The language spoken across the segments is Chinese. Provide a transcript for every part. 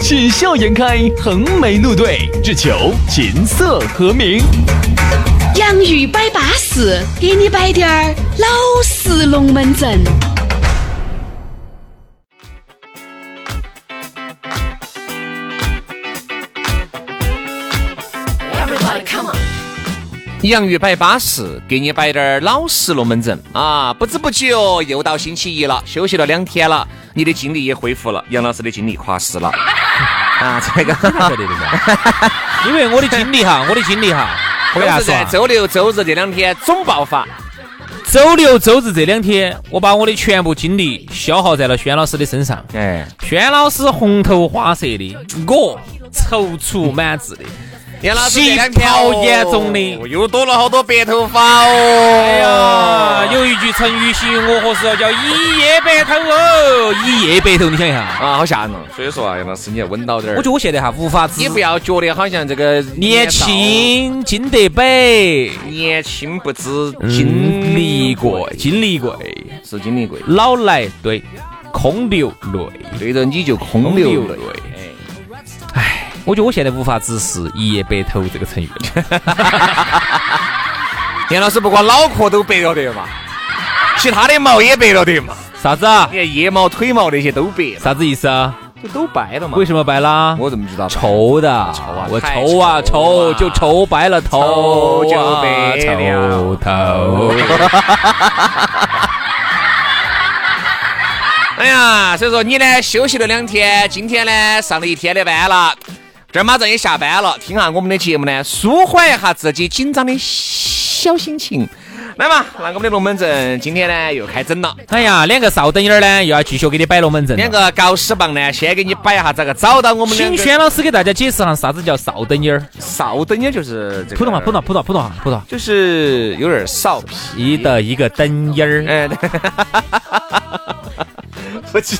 喜笑颜开，横眉怒对，只求琴瑟和鸣。洋芋摆巴士，给你摆点儿老式龙门阵。洋芋摆巴适，给你摆点儿老实龙门阵啊！不知不觉哦，又到星期一了，休息了两天了，你的精力也恢复了，杨老师的精力垮死了 啊！这 个对对对对，因为我的经历哈，我的经 历哈，我跟大家是说在啊， 周六周日这两天总爆发，周六周日这两天，我把我的全部精力消耗在了轩老师的身上。哎，轩老师红头花色的，我踌躇满志的，杨老师这两天细胞眼中的哦又多了好多白头发哦！哎呀，有一句成语形容我合适哦，叫一夜白头哦，一夜白头，你想一下，啊，好吓人哦！所以说啊，杨老师你要稳到点儿，我觉得我现在哈无法自你不要觉得好像这个年到轻经得北，年轻不知经嗯历经历过过，经历过，是经历过，老来对，空流泪。对着你就空流泪。我觉得我现在无法直视“一夜白头”这个成语 了。杨老师不光脑壳都白了的嘛，其他的毛也白了的嘛，啥子啊你？看腋毛、腿毛那些都白了，啥子意思啊？就都白了嘛为什么白啦？我怎么知道？愁的，愁啊我太愁啊，愁愁了就愁白了头啊，愁就白了愁头。哎呀，所以说你呢，休息了两天，今天呢上了一天的班了，这儿马上也下班了，听下我们的节目呢，舒缓一下自己紧张的小心情。来嘛，那我们的龙门阵今天呢又开整了。 哎呀，两个少等一儿呢，又要继续给你摆龙门阵了。两个搞屎棒呢，先给你摆一下咋个找到我们两请个。轩老师给大家解释下啥子叫少等一儿。少等也就是这个普通话，普通话，普通话，普通话，普通话。就是有点少皮。一的一个灯音儿，哎，对 不记，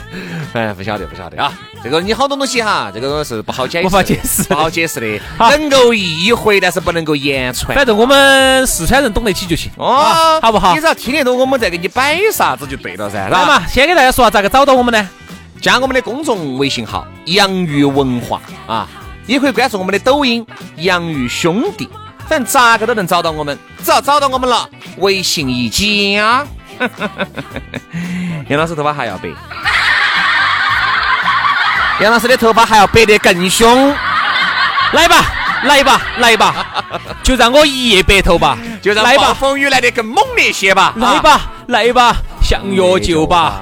哎，不晓得，不晓得啊。这个你好多东西哈，这个东西是不好解释，无法解释不好解 释的，好能够意会，但是不能够言传。反正我们四川人懂得起就行，哦啊，好不好你只？要啊听得懂，我们再给你摆啥子就对了噻，来来嘛，嘛，先给大家说下咋个找到我们呢？加我们的公众微信号“洋芋文化”啊，也可以关注我们的抖音“洋芋兄弟”，反正咋个都能找到我们。只要找到我们了，微信一加。 杨老师头发还要白，杨老师的头发还要白得更凶，来吧，来吧，来吧， 就让我一夜白头吧，就让来暴吧，风雨来得更猛烈些吧，来啊，吧，来吧，相约就吧。。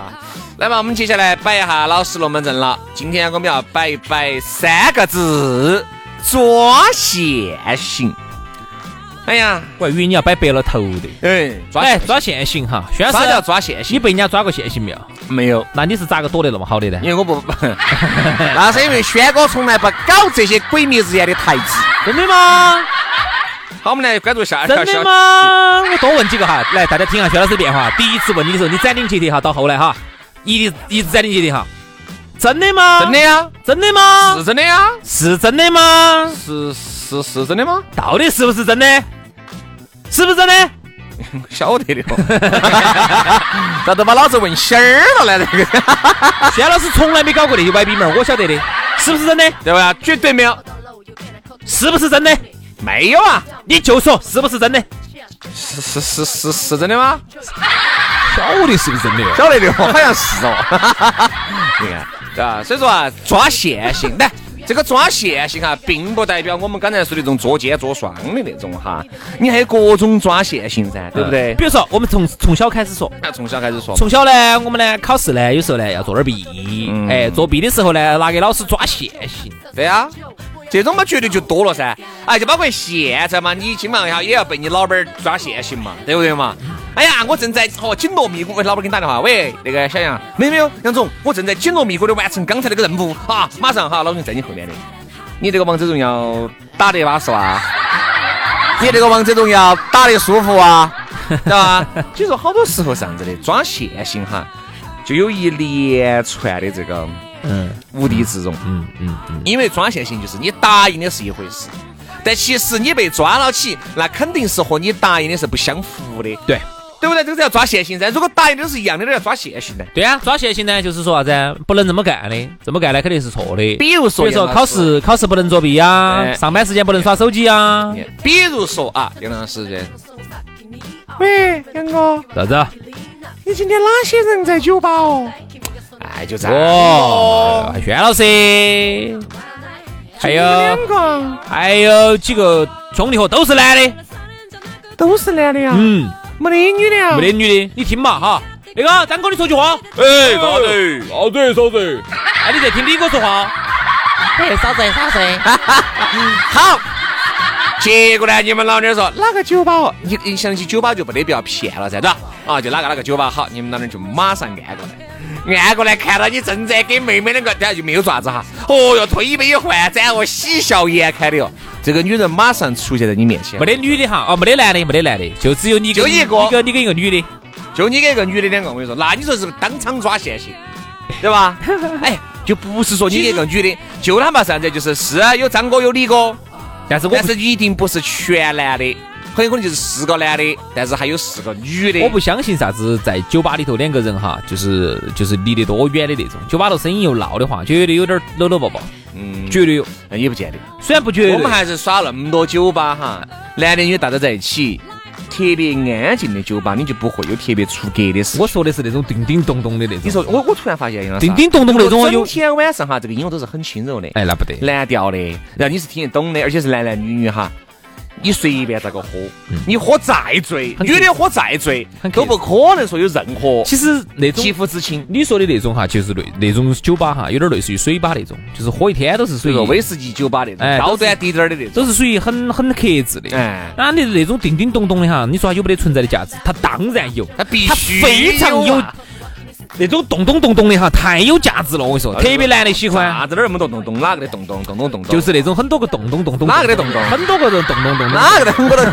来吧，我们接下来摆一下老实龙门阵了。今天我们要摆一摆三个字：抓现行。哎呀，我以为你要摆白了头的，哎，抓哎，现行抓现行哈，轩啥叫老师，抓现你行？被人家抓过现行没有？没有，那你是咋个躲得那么好 的呢因？为我不， 那是因为轩哥从来不搞这些鬼迷日眼的台词。真的吗？哎好，我们来关注下一条真的消息。吗？我多问几个哈，来大家听下薛老师的变化。第一次问你的时候，你斩钉截铁哈，到后来哈，一直一直斩钉截铁哈。真的吗？真的，呀，真的吗是？真的呀，是真的吗？是是是真的吗？到底是不是真的？是不是真的？嗯晓得 的哦，咋都把老子问心儿了呢？这个薛老师从来没搞过那些歪逼门儿，我晓得的，是不是真的？对吧？绝对没有，是不是真的？没有啊，你就说是不是真的？是是是是是真的吗？晓得是不是真的？晓得的哦，好像是哦。 你看，对吧？所以说啊，抓现行，来，这个抓现行哈，啊并不代表我们刚才说的那种捉奸捉双的那种哈，你还有各种抓现行噻，对不对比？如说，我们从从小开始说，那从小开始说嘛，从小呢，我们呢考试呢，有时候呢要做点儿弊，哎，作弊的时候呢，拿给老师抓现行。对啊。这种嘛，绝对就多了噻，哎，就包括现在嘛，你今晚一下也要被你老板儿抓现行嘛，对不对嘛？哎呀，我正在哦紧锣密鼓，喂，老板儿给你打电话，喂，那个小杨，没有没有，杨总，我正在紧锣密鼓的完成刚才那个任务啊，马上哈，老总在你后面的，你这个王者荣耀打得巴适哇，你这个王者荣耀打得舒服啊，知道吧？其实好多时候是这样子的，抓线性哈，就有一连串的这个嗯无地自容，嗯嗯，因为抓线性就是你答应的是一回事。但其实你被抓了起，那肯定是和你答应的是不相符的，对对不对？这个是要抓线性噻。如果答应的都是一样的，都要抓线性的。对啊，抓现行呢，就是说啥子啊不能这么干的，这么干呢肯定是错的。比如所说，以说考试考试不能作弊啊，哎上班时间不能耍手机啊，比如说啊，杨老师人。喂，杨哥，啥子？你今天哪些人在酒吧哦？哎，就这样哦，还轩老师，还有个还有几个兄弟伙都是男的，都是男的呀，嗯，没得女的啊没得女的，你听嘛哈。那个张哥，你说句话。哎，啥子？啥子？啥子？哎，你在听李哥说话。哎，啥子啥子？好。 结果呢，你们老娘说哪个酒吧哦？你你想起酒吧就没得必要骗了噻，对吧？啊，就哪个哪个酒吧好，你们老娘就马上按过来，按过来看到你正在给妹妹两个，然后就没有爪子哈。哦哟，推杯换盏哦，喜笑颜开的哦。这个女人马上出现在你面前，没得女的哈，哦，没得男的，没得男的，就只有你跟就一个你跟你跟一个女的。就你跟一个女的两个，我跟你说，那你说是不是当场抓现行，对吧？ 哎，就不是说你跟一个女的，就他妈啥子，就是是啊有张哥有李哥，但是我但不是一定不是全男的，很有可能就是四个男的，但是还有四个女的。我不相信啥子在酒吧里头两个人哈，就是就是离得多远的那种，酒吧头声音又闹的话，绝对有点儿搂搂抱抱，嗯，绝对有。也不见得。虽然不绝对，我们还是耍那么多酒吧哈，男的女的大家在一起，特别安静的酒吧，你就不会有特别出格的事。我说的是那种叮叮咚咚的那种。你说我我突然发现，杨老师叮啊叮咚咚那种啊整有，天晚上哈，这个音乐都是很轻柔的。哎，那不得，蓝调的，然后你是听得懂的，而且是男男女女哈。你随便咋个喝，你喝再醉，嗯很女的喝再醉很都不可能说有任何其实那种肌肤之亲。你说的那种哈，就是类那种酒吧哈，有点类似于水吧那种，就是喝一天都是比水如，说威士忌酒吧那哎种高端低点儿的那种，都是属于很很克制的。哎那你那种叮叮咚咚的哈，你说它有没得存在的价值？它当然有，它必它须非常有啊。那种咚咚咚咚的哈，太有价值了，我跟你说，哎特别男的喜欢啥。子哪儿那么动动动，哪个的动动动动动动，就是那种很多个咚咚咚咚，哪个的咚咚很多个人咚咚 咚咚，哪个的我的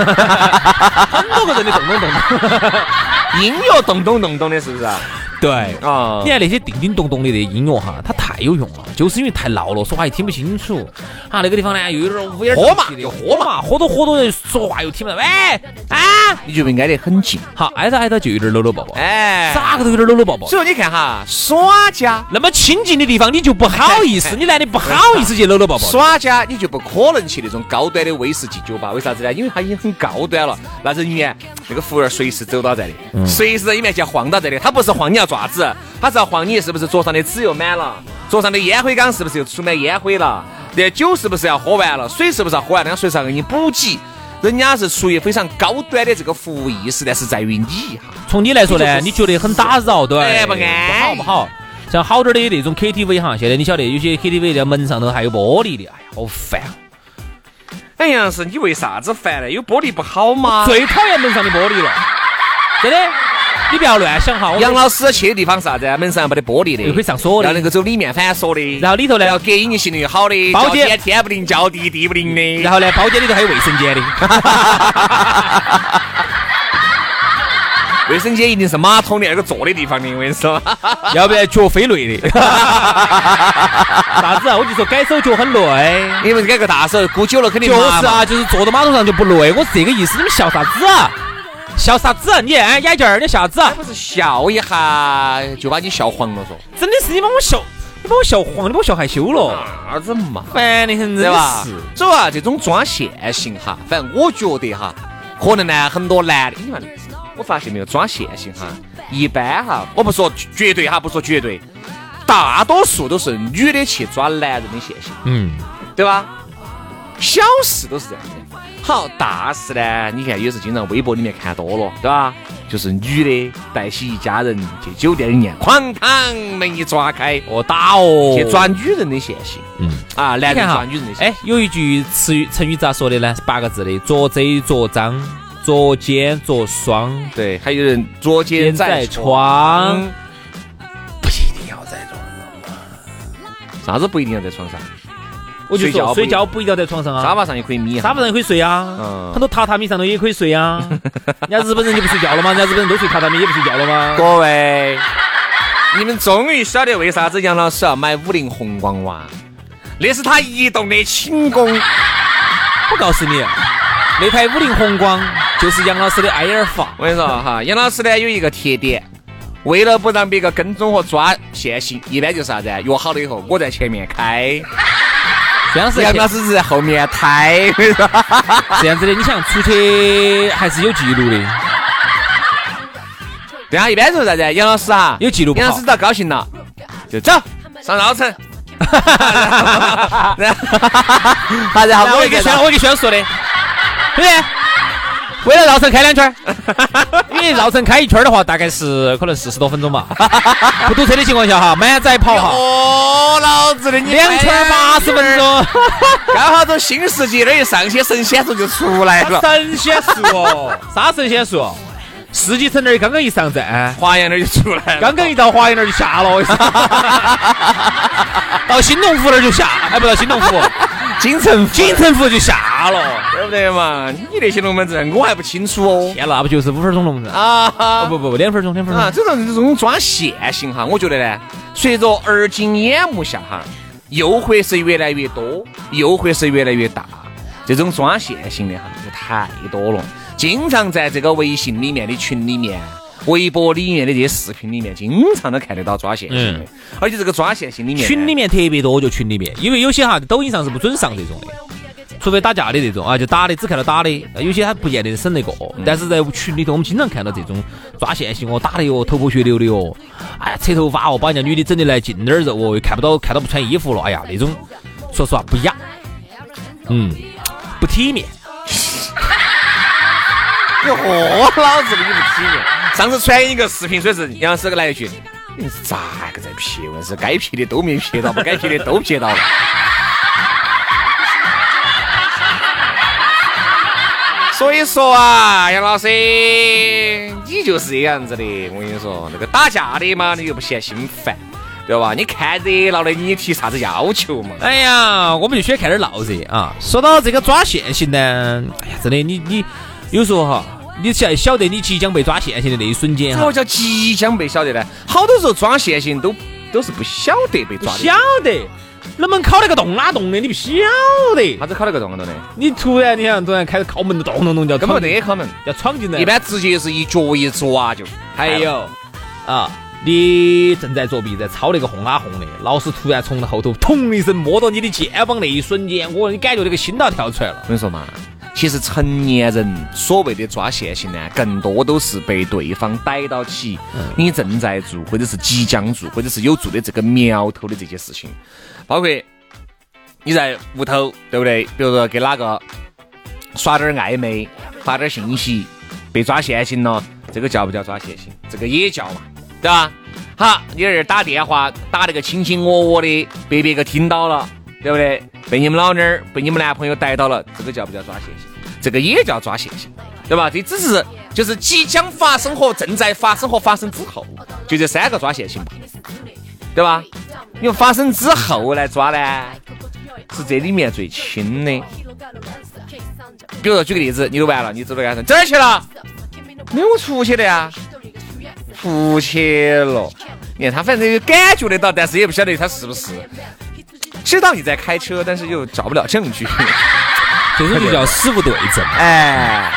很多个人的咚咚咚咚。 音乐动动动动的，是不是啊？对，啊你看那些叮叮咚咚的那音乐哈，它太有用了，就是因为太闹了，说话又听不清楚。啊，那个地方呢又有点有点喝嘛东西的就喝嘛，喝多喝多人说话又听不到，喂啊，你就被挨得很近，好哎挨着挨着就有点搂搂抱抱，哎，咋个都有点搂搂抱抱。所以说你看哈，耍家那么亲近的地方你就不好意哎思，你男的不好意思去搂搂抱抱。耍家你就不可能去那种高端的威士忌酒吧，为啥子呢？因为它已经很高端了，那人员那个服务员随时走到这里，随时在你面前晃到这里，他不是晃你要爪子，他是要晃你是不是桌上的纸又满了，桌上的烟灰缸是不是又出满烟灰了，那酒是不是要喝完了，水是不是要喝完了，人家随时要给你补给。人家是出于非常高端的这个服务意识，但是在于你哈，从你来说呢，你你就觉得是很打扰，对，哎不安好不好？像好点儿的那种 KTV 哈，现在你晓得有些 KTV 的门上头还有玻璃的，哎呀，好烦啊！哎呀，是你为啥子烦呢？有玻璃不好吗？最讨厌门上的玻璃了，真的，你不要乱想哎哈。我杨老师去的地方是啥子啊？门上没得玻璃的，又可以上锁的要能够走里面反锁的，然后里头呢要隔音性能又好的，包间叫天天不灵，叫地地不灵的。然后后呢，包间里头还有卫生 间的，卫生间一定是马桶的那个坐的地方的，我跟 你说。要不然脚飞累 的。啥子啊？我就说改手脚很累。你们这个大手鼓久了肯定就麻是嘛啊，，就是坐到马桶上就不累，我是这个意思。你们笑啥子啊？笑啥子？你哎，眼镜儿，你笑啥子啊？不是笑一下就把你笑黄了说，真的是你把我笑，你把我笑黄，你把我笑害羞了，啥子嘛？烦得很，真对的吧是。？所以啊，这种抓现行哈，反正我觉得哈，可能呢很多男的，你看，我发现没有，抓现行哈，一般哈，我不说绝对哈，不说绝对，大多数都是女的去抓男人的现行，嗯，对吧？小事都是这样的。好，大事呢，你看也是经常微博里面看多了，对吧？就是女的带起一家人去酒店里面，哐当门一抓开，哦打哦，去抓女人的现行。嗯啊，男你人看抓哈女人的，现哎，行。有一句词语成语咋说的呢？是八个字的：左贼左赃，左奸左双，对，还有人捉奸奸在在床，嗯床。嗯啥子不一定要在床上？我就睡觉说不睡觉不一定要在床上啊，沙发上也可以眯一下沙。发上也可以睡啊，嗯很多榻榻米上头也可以睡 啊。人家日本人就不睡觉了吗？人家日本人都睡榻榻米也不睡觉了吗？各位，你们终于晓得为啥子杨老师要买五菱宏光哇？那是他移动的寝宫，我告诉你，那台五菱宏光就是杨老师的埃尔法。我跟你说哈，杨老师呢有一个特点，为了不让别个跟踪和抓现行，一般就是啥子啊？约好了以后，我在前面 开，这样子，杨老师是在后面抬。我跟你说这样子的，你想出去还是有记录的。对啊，一般就是啥子？杨老师啊，有记录不好杨老师只要高兴了，就走上绕城。 然后，然后我我也一跟个轩，小我也跟轩说的，对不对？为了绕城开两圈儿， 因为绕城开一圈儿的话，大概是可能四十多分钟吧， 不堵车的情况下哈，满载跑哈，哦，老子的你两圈儿八十分，钟。刚好从新世纪那一上些神仙树就出来了，神仙树哦， 啥神仙树？世纪城那儿刚刚一上站，花样的就出来了，刚刚一到华阳那儿就下 了，我跟你说到新农府那儿就下，哎，不到新农府，京城府，锦城府就下了。哦对不对嘛？你那些龙门阵我还不清楚哦。天哪，那不就是五分钟龙门阵？啊哦不不不，两分钟，两分啊，钟。这种这种抓现行哈，我觉得呢，随着耳今眼目下哈，诱惑是越来越多，诱惑是越来越大，这种抓现行的哈就太多了，经常在这个微信里面的群里面。微博里面的这些视频里面，经常都看得到抓现行的，嗯而且这个抓现行里面呢，群里面特别多，我就群里面，因为有些哈，抖音上是不准上这种的，除非打架的这种啊，就打的只看到打的，有些他不见得审得过，但是在群里头我们经常看到这种抓现行哦，打的哟，头破血流的哟，哎呀，扯头发哦，把人家女的整的来进点儿肉哦，又看不到看到不穿衣服了，哎呀，那种说实话不雅，嗯，不体面。 哦，老子的你不体面。上次传一个视频，说是杨老师来一句：“你是咋个在撇？我是该撇的都没撇到，不该撇的都撇到了。” 所以说啊，杨老师，你就是这样子的。我跟你说，那个打架的嘛，你又不嫌心烦，对吧？你看热闹的，你提啥子要求嘛？哎呀，我们就喜欢看点闹热啊。说到这个抓现行呢，哎呀，真的，你你有时候哈，你才晓得你即将被抓现行的那一瞬间怎哈么，叫即将被晓得呢？好多时候抓现行都都是不晓得被不抓的晓。得能不能烤那个洞拉洞的，你不晓得啥。子考那个洞洞的？你突然你想突然开始敲门，咚咚咚就要根本闯没得敲门，要闯进来。一般直接是一脚一抓就。还有啊，你正在作弊，在抄那个哄啊哄的，老师突然从后头砰的一声摸到你的肩膀那一瞬间，我你感觉这个心都要跳出来了。我跟你说嘛，其实成年人所谓的抓现行呢，更多都是被对方逮到起，嗯你正在做，或者是即将做，或者是有做的这个苗头的这些事情，包括你在屋头，对不对？比如说跟哪个耍点儿暧昧，发点儿信息，被抓现行了，这个叫不叫抓现行？这个也叫嘛，对吧？好，你在这儿打电话打那个卿卿我我的，被别个听到了，对不对？被你们老娘儿、被你们男朋友逮到了，这个叫不叫抓现行？这个也叫抓现行，对吧？这只是就是即将发生和正在发生和发生之后，就这三个抓现行吧，对吧？因为发生之后来抓呢，是这里面最轻的。比如说举个例子，你都完了，你走到干啥？这儿去了？没有，我出去的呀，出去了。你看他反正就感觉得到，但是也不晓得他是不是知道你在开车，但是又找不了证据。这种就叫死无对证。哎，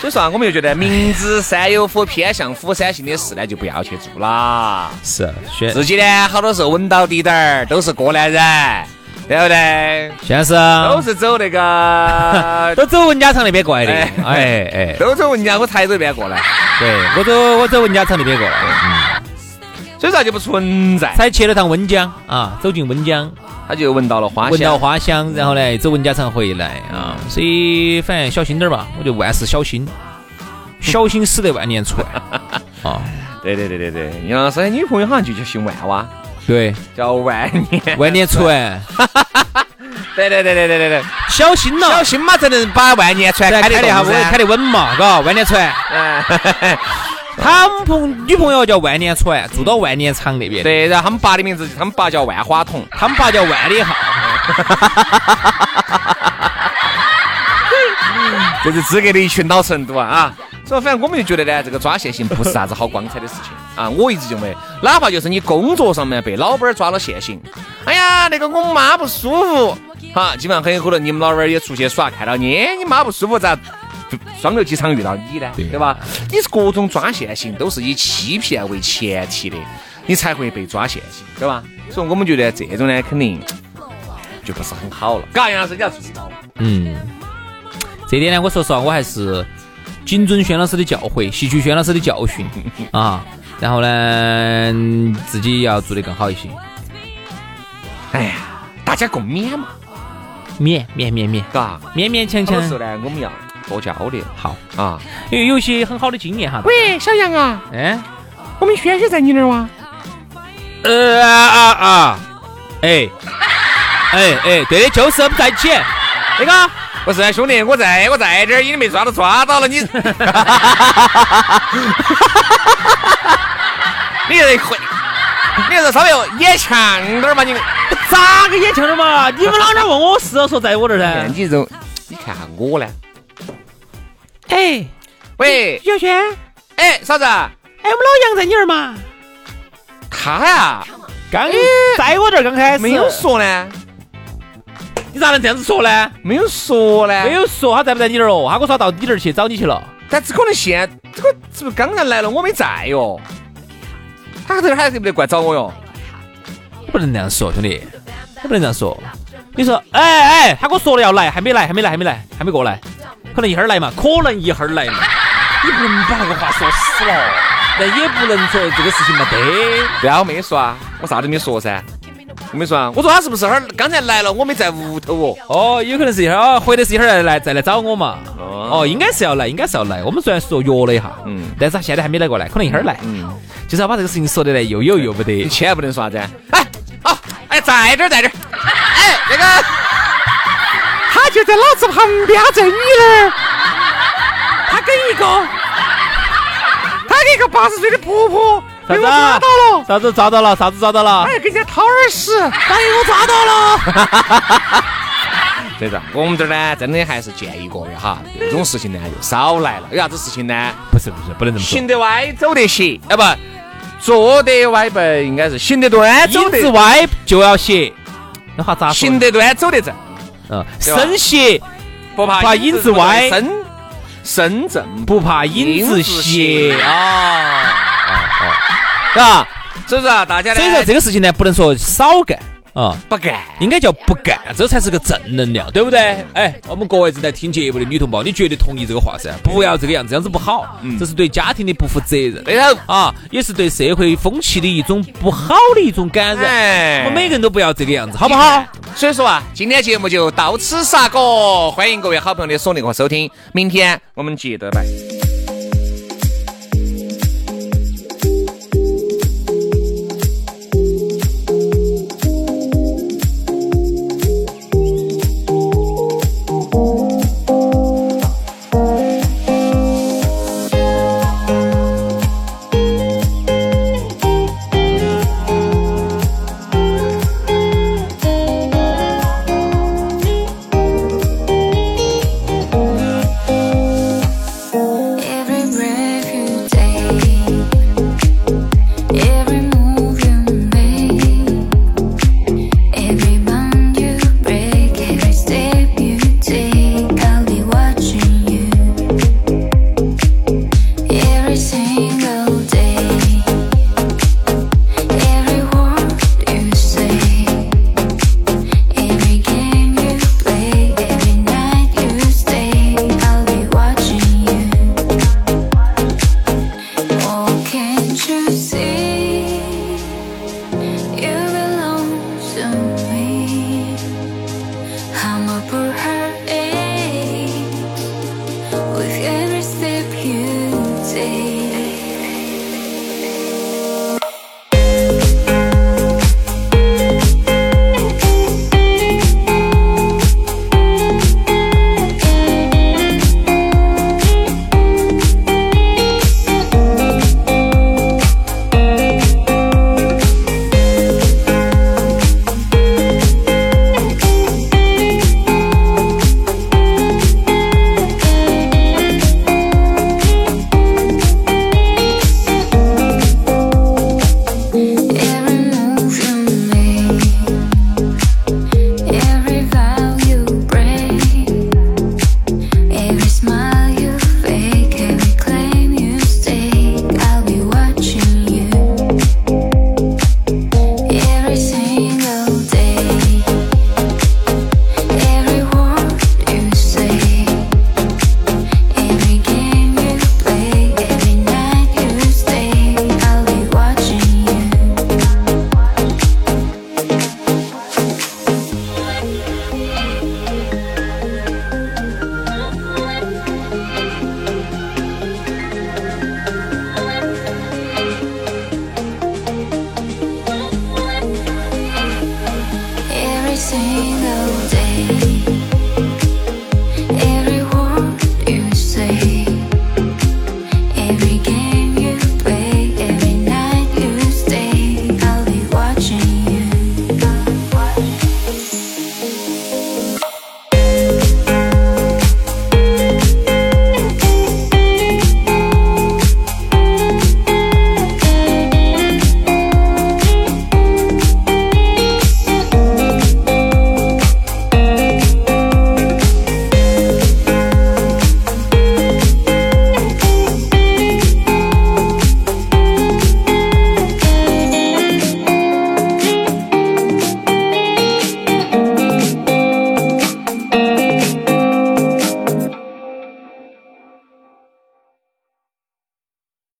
所以说啊，我们就觉得明知山有虎，偏向虎山行的事呢，就不要去做啦。是，啊选自己呢，好多时候稳到底点儿，都是过来人，对不对？先都生，是走那个 都走文家场那边过来的。哎哎哎，都从人家我抬这边过来，对我走我走文家场那边过来的，所以说就不存在，才去了趟温江啊，走进温江，他就闻到了花闻到香。花香，然后呢走文家场回来啊，所以反正小心点儿吧，我觉得万事小心，小心驶得万年 船啊。对对对对对，杨老师的女朋友好像就叫姓万哇，对，叫万年。万年船，对对对对对对对，小心了，小心嘛，才能把万年船开开得得哈好，稳，开得得稳嘛，嘎，万年船。嗯。他们朋女朋友叫万年船，住到万年场那边。，对，然后他们爸的名字，他们爸叫万花筒。他们爸叫万里号。这是资格的一群老成都啊啊！所以反正我们就觉得呢，这个抓现行不是啥子好光彩的事情啊。我一直认为，哪怕就是你工作上面被老板儿抓了现行，哎呀，那个我妈不舒服，哈，基本上很有可能你们老板儿也出去耍，看到你，你妈不舒服咋？双流机场遇到你呢，对吧？你是各种抓现行，都是以欺骗为前提的，你才会被抓现行，对吧？所以我们觉得这种呢，肯定就不是很好了。嘎，杨老师，你要做什么？嗯，这点呢，我说实话，我还是谨遵轩老师的教诲，吸取轩老师的教 训啊。然后呢，自己要做得更好一些。哎呀，大家共勉嘛，勉勉勉勉，嘎。勉勉强很多时候强。呢，我们要多交流好，啊。因为有一些很好的经验哈。喂，小杨啊，嗯，我们轩轩在你那儿哇？呃啊啊，哎，哎哎，对的，就是我们在一起。那个，不是兄弟，我在我在这儿，你没抓到抓到了你。 你这会，你这稍微也强点儿吧你。咋个也听着嘛？你们老娘问我是说在我这儿噻？你这，你看下我呢？哎，喂，小轩，哎，嫂子，哎，我们老杨在你那儿嘛？他呀刚哎在我这儿刚开始没有说呢，你咋能这样子说呢？没有说呢，没。有说他在不在你那儿哦，他跟我说他到你那儿去找你去了。但只可能现这个是不是刚才来了，我没在哟。他这个还是不得怪找我哟。不能这样说，兄弟，不能这样说。你说，哎哎，他跟我说了要来，还没来，还没来，还没来，还没过来，可能一会儿来嘛，可能一会儿来嘛。你不能把那个话说死了，但也不能说这个事情没得。对啊，我没说啊，我啥都没说噻，我没说啊。我说他是不是哈刚才来了，我没在屋头哦。哦，有可能是一会儿哦，或者是一会儿来来再来找我嘛。哦哦，应该是要来，应该是要来。我们虽然说约了一下，嗯嗯，但是他现在还没来过来，可能一会儿来。嗯嗯，就是要把这个事情说的呢又有又没得你。千万不能说啥子啊。哎，好、哦哎，在这儿，在这儿。哎，那个，他就在老子旁边，在你那儿。他跟一个，他跟一个八十岁的婆婆啥被哎子我抓啊到了，？啥子抓到了？啥子抓到了？哎，给人家掏耳屎，他给我抓到了。 对的，我们这儿呢，真的还是建议各位哈，这种事情呢就少来了。有啥子事情呢？不是不是，不能这么说。行得歪，走得斜，啊不，坐得歪不应该是行得端，走影得子歪就要斜，那话咋说行呢？得端，走得正，嗯，对吧身斜不怕怕影子歪深深圳不怕影子斜影子斜啊，是吧？是不是啊？大家呢？所以说这个事情呢，不能说少干啊。不干。应该叫不干，这才是个正能量，对不对？哎，我们各位正在听节目的女同胞，你绝对同意这个话噻，不要这个样子，这样子不好，这是对家庭的不负责任，对头啊，也是对社会风气的一种不好的一种感染。哎我们每个人都不要这个样子，好不好？所以说啊，今天节目就到此杀过，欢迎各位好朋友的锁定和收听，明天我们接着来。 Every breath you take, every move you make, every bond you break, every step you take, I'll be watching you. Every single day, every word you say. Every game you play, every night you stay, I'll be watching you. Oh, can't you see? You belong to me. I'm a poor